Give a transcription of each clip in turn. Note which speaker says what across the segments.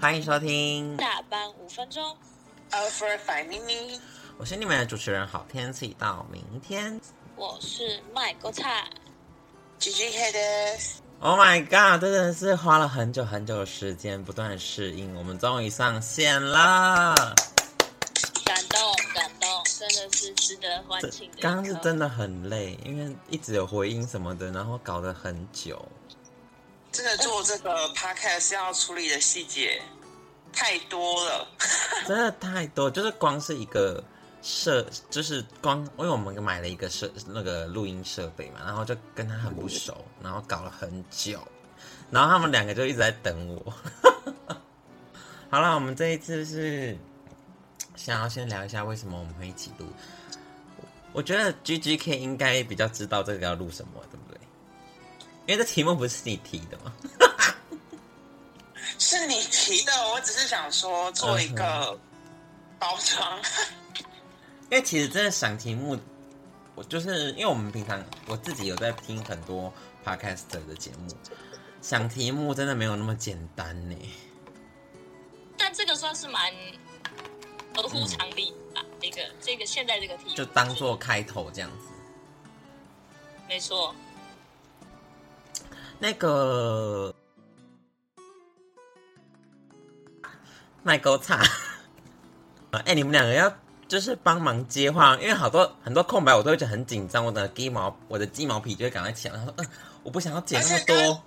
Speaker 1: 欢迎收听，
Speaker 2: 下班五分钟，
Speaker 3: Over Five Mini，
Speaker 1: 我是你们的主持人好天气，到明天。
Speaker 2: 我是麦国菜。
Speaker 3: GG Headers，
Speaker 1: Oh my god，真的是花了很久很久的时间不断适应，我们终于上线啦！
Speaker 2: 感动感动，真的是值得欢
Speaker 1: 这
Speaker 2: 庆的一刻。
Speaker 1: 刚刚是真的很累，因为一直有回音什么的，然后搞得很久。
Speaker 3: 真的做这个 podcast 要处理的细节太多了，
Speaker 1: 真的太多，就是光是一个设，就是光因为我们买了一个设那个录音设备嘛，然后就跟他很不熟，然后搞了很久，然后他们两个就一直在等我。 好了，我们这一次是想要先聊一下为什么我们会一起录。我觉得 G G K 应该比较知道这个要录什么，对不对？因为这题目不是你提的嘛。
Speaker 3: 是你提的，我只是想说做一
Speaker 1: 嗯
Speaker 3: 个包装，
Speaker 1: 因为其实真的想题目，我就是因为我们平常我自己有在听很多 podcast 的节目，想题目真的没有那么简单呢。
Speaker 2: 但这个算是蛮合乎常理吧。这个这个现在这个题目
Speaker 1: 嗯就当做开头这样子。
Speaker 2: 没错。
Speaker 1: 那个麦勾叉， 哎、你们两个要就是帮忙接话，因为好多很多空白我都会觉得很紧张，我的鸡毛我的鸡毛皮就会赶快起来，然后嗯、我不想要剪那么
Speaker 3: 而且
Speaker 1: 多
Speaker 3: 刚。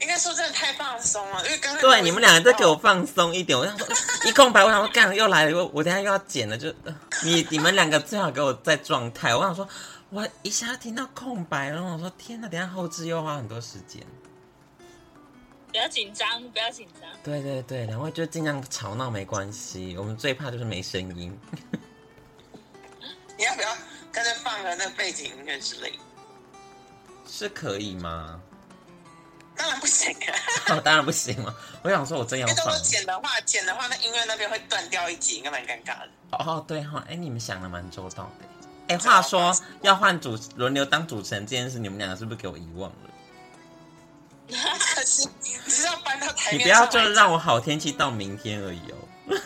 Speaker 3: 应该说真的太放松了，因为刚才
Speaker 1: 对，你们两个再给我放松一点。我想说，一空白，我想说，干又来了，我我等一下又要剪了，就 呃你你们两个最好给我在状态。我想说，我一下听到空白，然后我说天哪，等一下后置又花很多时间。
Speaker 2: 不要紧张，不要紧张。
Speaker 1: 对对对，然后就尽量吵闹没关系，我们最怕就是没声音。
Speaker 3: 你要不要跟着放个那背景音乐之类的？
Speaker 1: 是可以吗？
Speaker 3: 当然不行啊，
Speaker 1: 哦、当然不行了。我想说，我真要
Speaker 3: 因为到时
Speaker 1: 放
Speaker 3: 候。剪的话，剪的话那音乐那边会断掉一集，应该蛮尴尬的。
Speaker 1: 哦，对哈、哎，你们想的蛮周到的。哎，话说要换主轮流当主持人这件事，你们两个是不是给我遗忘了？
Speaker 3: 可是你是要搬到台
Speaker 1: 你
Speaker 3: 面
Speaker 1: 不要
Speaker 3: 上
Speaker 1: 就
Speaker 3: 来
Speaker 1: 是让我好天气到明天而已哦。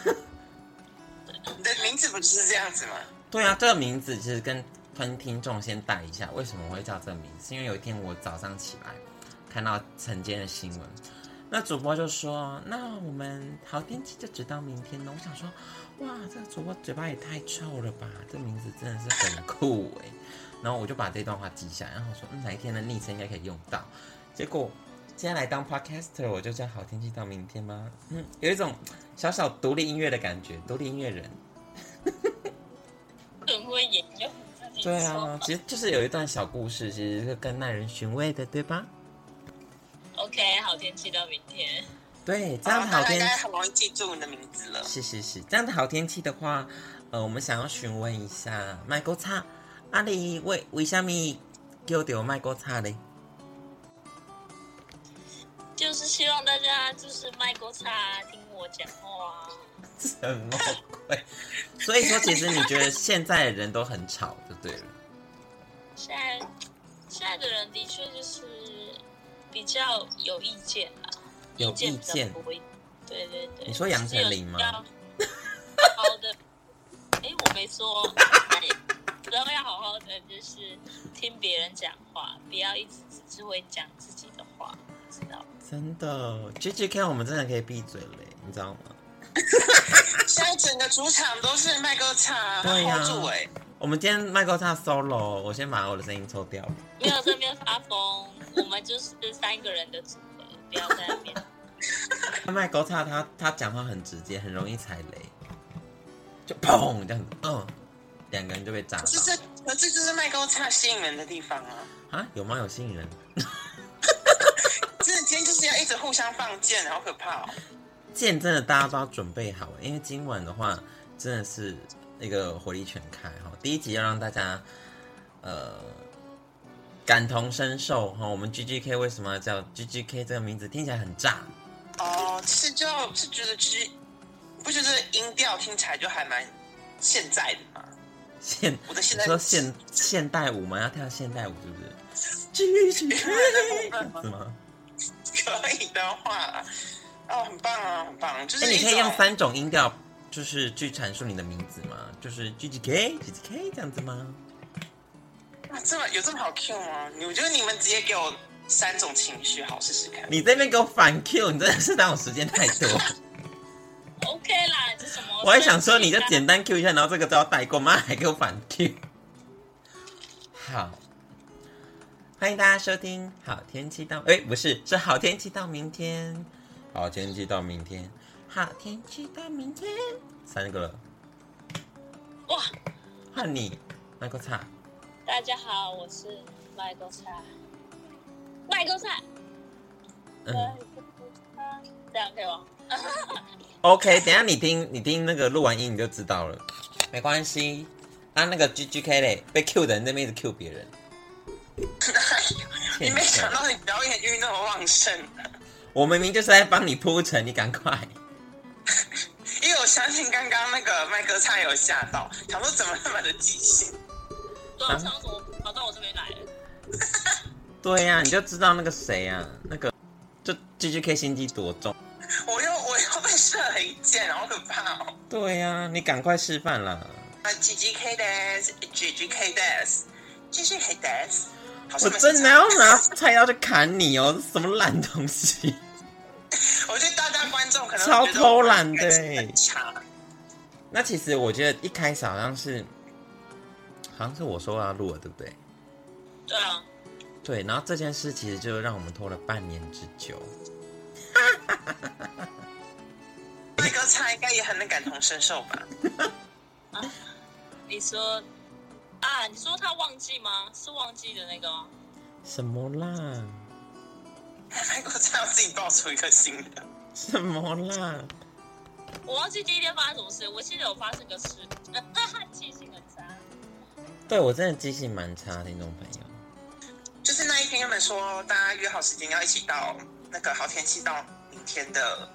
Speaker 3: 你的名字不就是这样子吗？
Speaker 1: 对啊，这个名字其实跟跟听众先带一下，为什么我会叫这个名字？是因为有一天我早上起来看到晨间的新闻，那主播就说：“那我们好天气就只到明天呢。”我想说，哇，这个主播嘴巴也太臭了吧！这名字真的是很酷诶、然后我就把这段话记下来，然后我说、嗯、哪一天的昵称应该可以用到。结果接下来当 podcaster，我就叫好天气到明天吗？ 嗯，有一种小小独立音乐的感觉，独立音乐人。
Speaker 2: 很会哦研究自己
Speaker 1: 对
Speaker 2: 说
Speaker 1: 啊，其实就是有一段小故事，其实是更耐人寻味的，对吧？
Speaker 2: OK，好天气到明天。
Speaker 1: 对，这样的好
Speaker 3: 哦大家应
Speaker 1: 天
Speaker 3: 该很容易记住你的名字了。
Speaker 1: 是是是，这样的好天气的话，呃，我们想要询问一下麦哥叉，阿里为为什么叫掉麦哥叉嘞？
Speaker 2: 就是希望大家就是麦国茶听我讲话啊。
Speaker 1: 什么鬼？所以说，其实你觉得现在的人都很吵，就对了。
Speaker 2: 现在现在的人的确就是比较有意见啦，
Speaker 1: 有
Speaker 2: 意见
Speaker 1: 意
Speaker 2: 比较
Speaker 1: 见
Speaker 2: 多一对对对。
Speaker 1: 你说杨丞琳吗
Speaker 2: 就是有比较好的，哎、我没说。那你然后要好好的，就是听别人讲话，不要一直只是会讲自己的话，知道吗？
Speaker 1: 真的，G G K，我们真的可以闭嘴嘞，你知道吗？
Speaker 3: 现在整个主场都是麦哥叉
Speaker 1: 对呀
Speaker 3: hold 住哎、
Speaker 1: 我们今天麦哥叉 solo，我先把我的声音抽掉了。
Speaker 2: 没有这边发疯，我们就是三个人的组合，不要在那边。
Speaker 1: 麦勾叉他他讲话很直接，很容易踩雷，就砰这样子，嗯，两个人就被炸到
Speaker 3: 就是，可这就是麦哥叉吸引人的地方啊！
Speaker 1: 啊！有吗？有吸引人？
Speaker 3: 真的，今天就是要一直互相放箭，好可怕哦！
Speaker 1: 剑真的大家都要准备好，因为今晚的话真的是那个火力全开哈。第一集要让大家呃感同身受哈。我们 G G K 为什么要叫 G G K 这个名字？听起来很炸，
Speaker 3: 哦，是就是觉得就是，不觉得音调听起来就还蛮现在的 吗？
Speaker 1: 现
Speaker 3: 我的现在
Speaker 1: 你说现现代舞吗？要跳现代舞是不是？G G K
Speaker 3: 可以的话，哦，很棒啊，很棒，就
Speaker 1: 哎，
Speaker 3: 是
Speaker 1: 你
Speaker 3: 一
Speaker 1: 可以用
Speaker 3: 种
Speaker 1: 三种音调，就是去阐述你的名字吗？就是 G G K G G K 这样子吗？
Speaker 3: 啊这么有这么好 Q 吗？你我觉得你们直接给我三种情绪，好试试看。
Speaker 1: 你这边给我反 Q，你真的是耽误时间太多。
Speaker 2: OK 啦，这什么？啊
Speaker 1: 我还想说，你就简单 Q 一下，然后这个都要带过，妈还给我反 Q。好，欢迎大家收听好天气到，哎，不是，是好天气到明天，好天气到明天，好天气到明天，三个了，
Speaker 2: 哇！
Speaker 1: 换你，那个差，
Speaker 2: 大家好，我是麦勾菜，麦勾菜，麦
Speaker 1: 嗯
Speaker 2: 勾菜这样可以吗？
Speaker 1: ，OK，等一下你听，你听那个录完音你就知道了，没关系。啊，那个 G G K 嘞，被 Q 的人那边一直 Q 别人，
Speaker 3: 你没想到你表演欲那么旺盛，
Speaker 1: 我明明就是在帮你铺陈，你赶快。
Speaker 3: 因为我相信刚刚那个麦哥差有吓到，想说怎么那么的即兴。
Speaker 2: 对啊，上次我跑到我这边来了，
Speaker 1: 对啊呀、你就知道那个谁啊，那个就 G G K 心机多重。
Speaker 3: 我又我又被射了一箭，好可怕哦！
Speaker 1: 对呀、你赶快示范啦！
Speaker 3: 啊，G G K des，G G K des，G G K des，好
Speaker 1: 我
Speaker 3: 像没
Speaker 1: 真
Speaker 3: 事
Speaker 1: 的要拿菜刀去砍你哦，这什么烂东西！
Speaker 3: 我觉得大家观众可能
Speaker 1: 超
Speaker 3: 会觉得
Speaker 1: 偷
Speaker 3: 我们
Speaker 1: 懒的
Speaker 3: 感情
Speaker 1: 欸
Speaker 3: 很差，
Speaker 1: 那其实我觉得一开始好像是，好像是我说要录了，对不对？
Speaker 2: 对啊，
Speaker 1: 对，然后这件事其实就让我们拖了半年之久。
Speaker 3: 麦哥差应该也很能感同身受吧？
Speaker 2: 你说啊，你说他忘记吗？是忘记的那个吗？
Speaker 1: 什么啦？
Speaker 3: 麦哥差要自己爆出一个新的，
Speaker 1: 什么啦？
Speaker 2: 我忘记第一天发生什么事，我记得有发生个事，呃记性很差。
Speaker 1: 对我真的记性蛮差，听众朋友。
Speaker 3: 就是那一天他们说大家约好时间要一起到那个好天气到明天的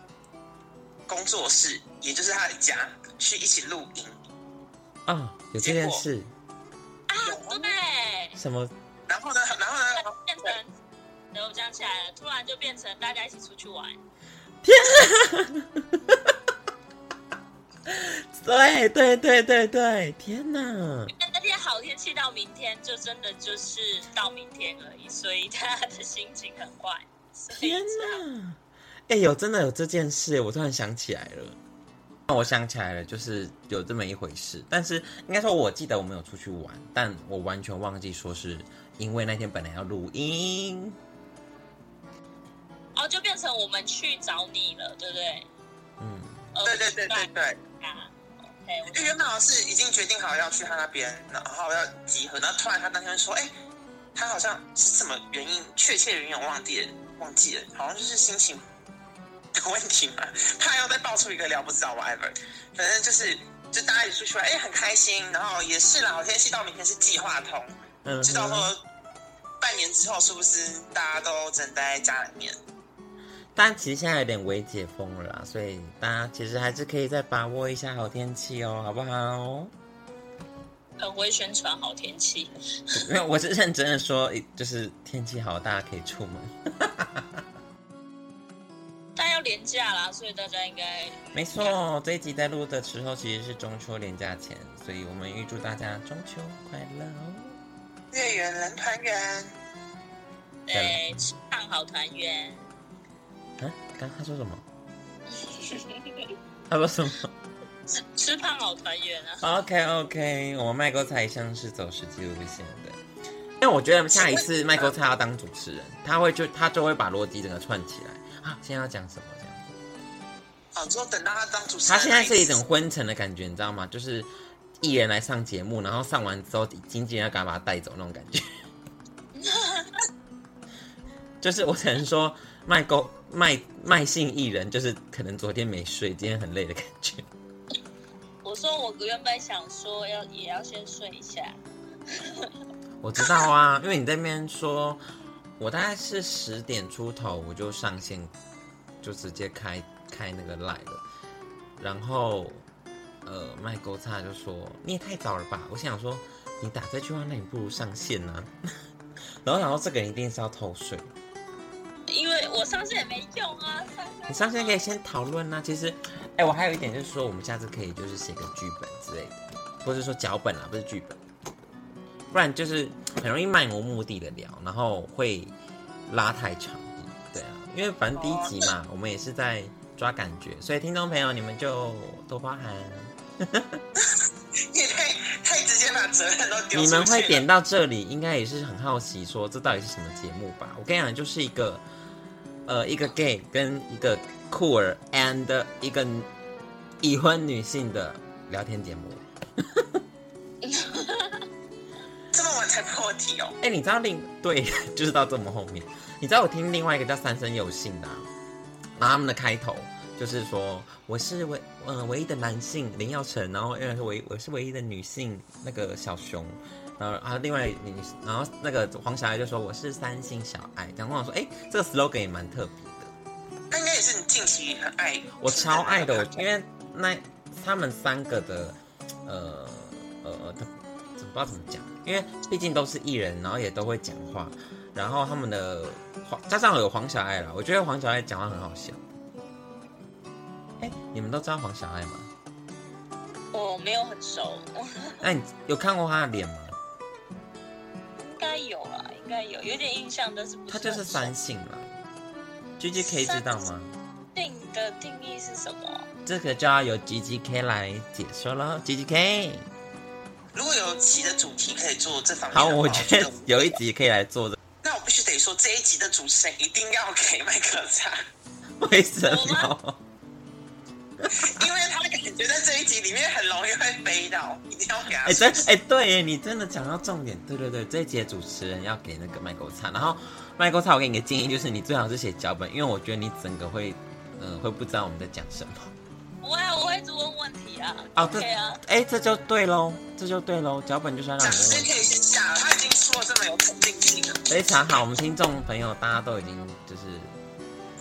Speaker 3: 工作室，也就是他的家，去一起录音。
Speaker 1: 啊、有这件事？
Speaker 3: 有
Speaker 2: 对，
Speaker 1: 什么？
Speaker 3: 然后呢，然后呢，
Speaker 2: 变成，对我想起来了，突然就变成大家一起出去玩，
Speaker 1: 对对对对对，天哪！
Speaker 2: 那那天好天气到明天，就真的就是到明天而已，所以他的心情很坏。所以
Speaker 1: 天
Speaker 2: 这样
Speaker 1: 呐！哎、有真的有这件事，我突然想起来了。那我想起来了，就是有这么一回事，但是应该说，我记得我们有出去玩，但我完全忘记说是因为那天本来要录音。
Speaker 2: 哦，就变成我们去找你了，对不对？
Speaker 1: 嗯，
Speaker 2: 呃
Speaker 3: 对对对对对。
Speaker 2: 啊，OK，我
Speaker 3: 因为原本好像是已经决定好要去他那边，然后要集合，然后突然他当天说，哎、他好像是什么原因，确切原因我忘记了，忘记了，好像就是心情有问题嘛，怕要再爆出一个聊不知道 whatever，反正就是就大家一起出去玩，哎、很开心，然后也是啦，好天气到明天是计划通，
Speaker 1: 嗯
Speaker 3: 知道说半年之后是不是大家都只能待在家里面？
Speaker 1: 但其实现在有点微解封了啦，所以大家其实还是可以再把握一下好天气哦，好不好？
Speaker 2: 很会宣传好天气，
Speaker 1: 没有，我是认真的说，就是天气好，大家可以出门。
Speaker 2: 但要廉价啦，所以大家应该
Speaker 1: 没错，这一集在录的时候其实是中秋连假前，所以我们预祝大家中秋快乐哦！
Speaker 3: 月圆人团圆，
Speaker 2: 对吃饭好团圆。
Speaker 1: 啊，刚刚他说什么？他说什么
Speaker 2: 吃吃胖好团圆啊！
Speaker 1: ？OK OK，我们麦哥才像是走实际路线的，因为我觉得下一次麦哥才要当主持人，他会就他就会把逻辑整个串起来啊！现在要讲什么这样？
Speaker 3: 好，之后哦等到他当主持
Speaker 1: 他
Speaker 3: 人，
Speaker 1: 现在是一种昏沉的感觉，你知道吗？就是艺人来上节目，然后上完之后，经纪人要赶快把他带走那种感觉。 就是我只能说，卖狗卖卖性艺人，就是可能昨天没睡，今天很累的感觉。
Speaker 2: 我说我原本想说要也要先睡一下，
Speaker 1: 我知道啊，因为你在那边说，我大概是十点出头我就上线，就直接开开那个 l 了。然后，呃，麦勾叉就说你也太早了吧？我想说你打这句话，那你不如上线啊。 然后，然后这个人一定是要偷睡，
Speaker 2: 因为我上次也没用啊，上次
Speaker 1: 你上线可以先讨论呐。其实，哎、我还有一点就是说，我们下次可以就是写个剧本之类的，不是说脚本啊啦，不是剧本，不然就是很容易漫无目的的聊，然后会拉太长。对啊，因为反正第一集嘛，我们也是在抓感觉，所以听众朋友你们就多包涵。
Speaker 3: 你也太太直接把责任都丢出去了啊
Speaker 1: 你们会点到这里，应该也是很好奇，说这到底是什么节目吧？我跟你讲，就是一个，呃，一个 gay 跟一个酷儿 and 一个已婚女性的聊天节目。
Speaker 3: 这么晚才破题哦？
Speaker 1: 哎、你知道另对， 就是到这么后面，你知道我听另外一个叫三生有幸的、啊，然后他们的开头就是说我是唯呃唯一的男性林耀成，然后另外是唯我是唯一的女性那个小熊，然后还有另外女，然后那个黄小爱就说我是三星小爱，然后我想说哎、这个 slogan 也蛮特别的，
Speaker 3: 那应该也是你近期很爱，
Speaker 1: 我超爱的，我因为那他们三个的呃呃的怎么不知道怎么讲，因为毕竟都是艺人，然后也都会讲话，然后他们的黄加上有黄小爱啦，我觉得黄小爱讲话很好笑。哎、你们都知道黄小爱吗？
Speaker 2: 我没有很熟，我
Speaker 1: 那哎你有看过她的脸吗？
Speaker 2: 应该有啊，应该有，有点印象，但是不
Speaker 1: 她就是
Speaker 2: 三
Speaker 1: 三性啦。G G K 知道吗？
Speaker 2: 定的定义是什么啊？
Speaker 1: 这个就要由 G G K 来解说喽。G G K，
Speaker 3: 如果有集的主题可以做这方面的话，
Speaker 1: 好，我觉得有一集可以来做的。
Speaker 3: 那我必须得说，这一集的主持人一定要给麦克啊擦，
Speaker 1: 为什么？
Speaker 3: 因为他感觉在这一集里面很容易会飞到，一定要给他
Speaker 1: 哎、
Speaker 3: 说。
Speaker 1: 真哎、对耶，你真的讲到重点。对对对，这一节主持人要给那个麦狗擦，然后麦狗擦，我给你个建议，就是你最好是写脚本，因为我觉得你整个会，呃，会不知道我们在讲什么。
Speaker 2: 不会啊，我会一直问问题啊。
Speaker 1: 哦，这
Speaker 2: OK 啊，
Speaker 1: 哎、这就对喽，这就对喽，脚本就是要让
Speaker 3: 讲
Speaker 1: 你们
Speaker 3: 师
Speaker 1: 问
Speaker 3: 可以先下了，他已经说这么有肯定性了。
Speaker 1: 非常好，我们听众朋友大家都已经就是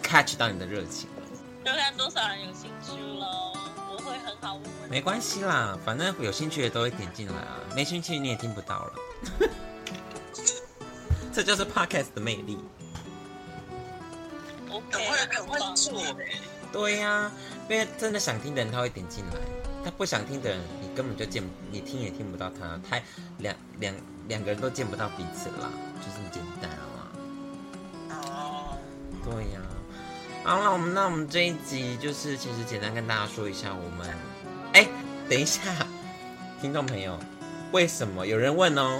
Speaker 1: catch 到你的热情了，
Speaker 2: 就看多少人有兴趣喽。我会很好问问题。
Speaker 1: 没关系啦，反正有兴趣的都会点进来啊，没兴趣你也听不到了。 这就是 podcast 的魅力。
Speaker 3: 很
Speaker 2: OK，
Speaker 3: 会
Speaker 2: 啊
Speaker 3: 很会
Speaker 2: 棒
Speaker 3: 做哎、
Speaker 1: 对呀、因为真的想听的人他会点进来，他不想听的人你根本就见你听也听不到他，太两两两个人都见不到彼此啦，就这么简单啦。
Speaker 3: 哦，
Speaker 1: 对呀、好了，我们那我们这一集就是其实简单跟大家说一下，我们哎，等一下，听众朋友，为什么有人问哦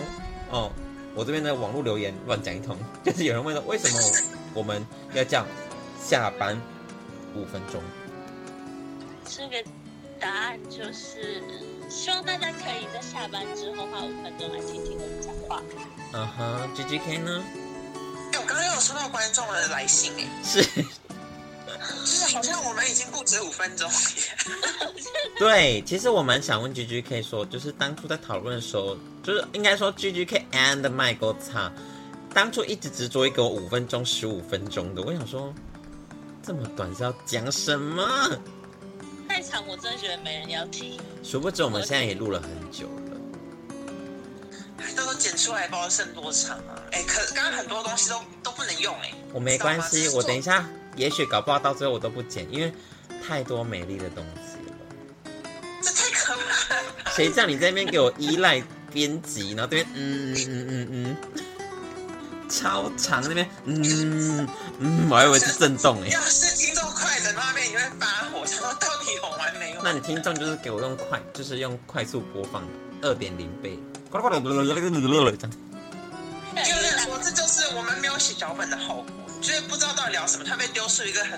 Speaker 1: 哦，我这边的网络留言乱讲一通，就是有人问说为什么我们要叫下班五分钟？
Speaker 2: 这个答案就是，希望大家可以在下班之后花五分钟来听听我们讲话。
Speaker 1: 嗯哼，G G K 呢？
Speaker 3: 哎、我刚刚有收到观众的来信哎、
Speaker 1: 是
Speaker 3: 就是好像我们已经不止五分钟，
Speaker 1: 对，其实我蛮想问 G G K 说，就是当初在讨论的时候，就是应该说 G G K and Michael 差，当初一直执着于给我五分钟、十五分钟的，我想说这么短是要讲什么？
Speaker 2: 太长我真的觉得没人要听。
Speaker 1: 殊不知我们现在也录了很久了。
Speaker 3: 到时候剪出来不知道剩多长啊。哎、可刚刚很多东西都都不能用哎、
Speaker 1: 我没关系，我等一下，也许搞不好到最后我都不剪，因为太多美丽的东西了。
Speaker 3: 这太可怕了。
Speaker 1: 谁叫你在那边给我依赖编辑，然后这边嗯嗯嗯嗯嗯，超长那边嗯嗯，我还以为是震动哎、
Speaker 3: 要是听众快等到那边，你会发火，想说到底有完没
Speaker 1: 那
Speaker 3: 完？
Speaker 1: 你听众就是给我用快，就是用快速播放二点零倍，这样
Speaker 3: 你有人说这就是我们没有写脚本的后果，就是不知道到底聊什么，他被丢出一个很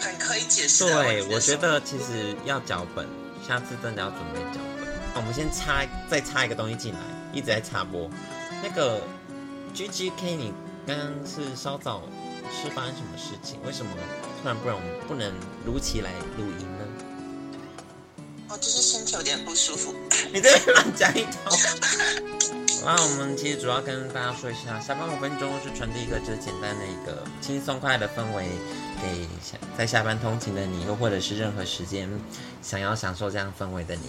Speaker 3: 很可以解释的问题
Speaker 1: 对
Speaker 3: 的，时
Speaker 1: 啊
Speaker 3: 候
Speaker 1: 我觉得其实要脚本，下次真的要准备脚本。哦我们先插再插一个东西进来，一直在插播。那个 G G K，你刚刚是稍早是发生什么事情？为什么突然不然我们不能如期来录音呢？
Speaker 3: 哦，就是身体有点不舒服。
Speaker 1: 你这边乱讲一通。那我们其实主要跟大家说一下，下班五分钟是传递一个就是简单的一个轻松快乐的氛围，给下在下班通勤的你，又或者是任何时间想要享受这样氛围的你。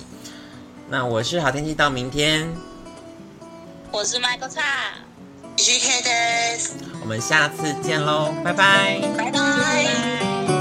Speaker 1: 那我是好天气到明天，
Speaker 2: 我是 Michael 叉，
Speaker 3: G K です。
Speaker 1: 我们下次见喽，拜拜。
Speaker 2: 拜拜。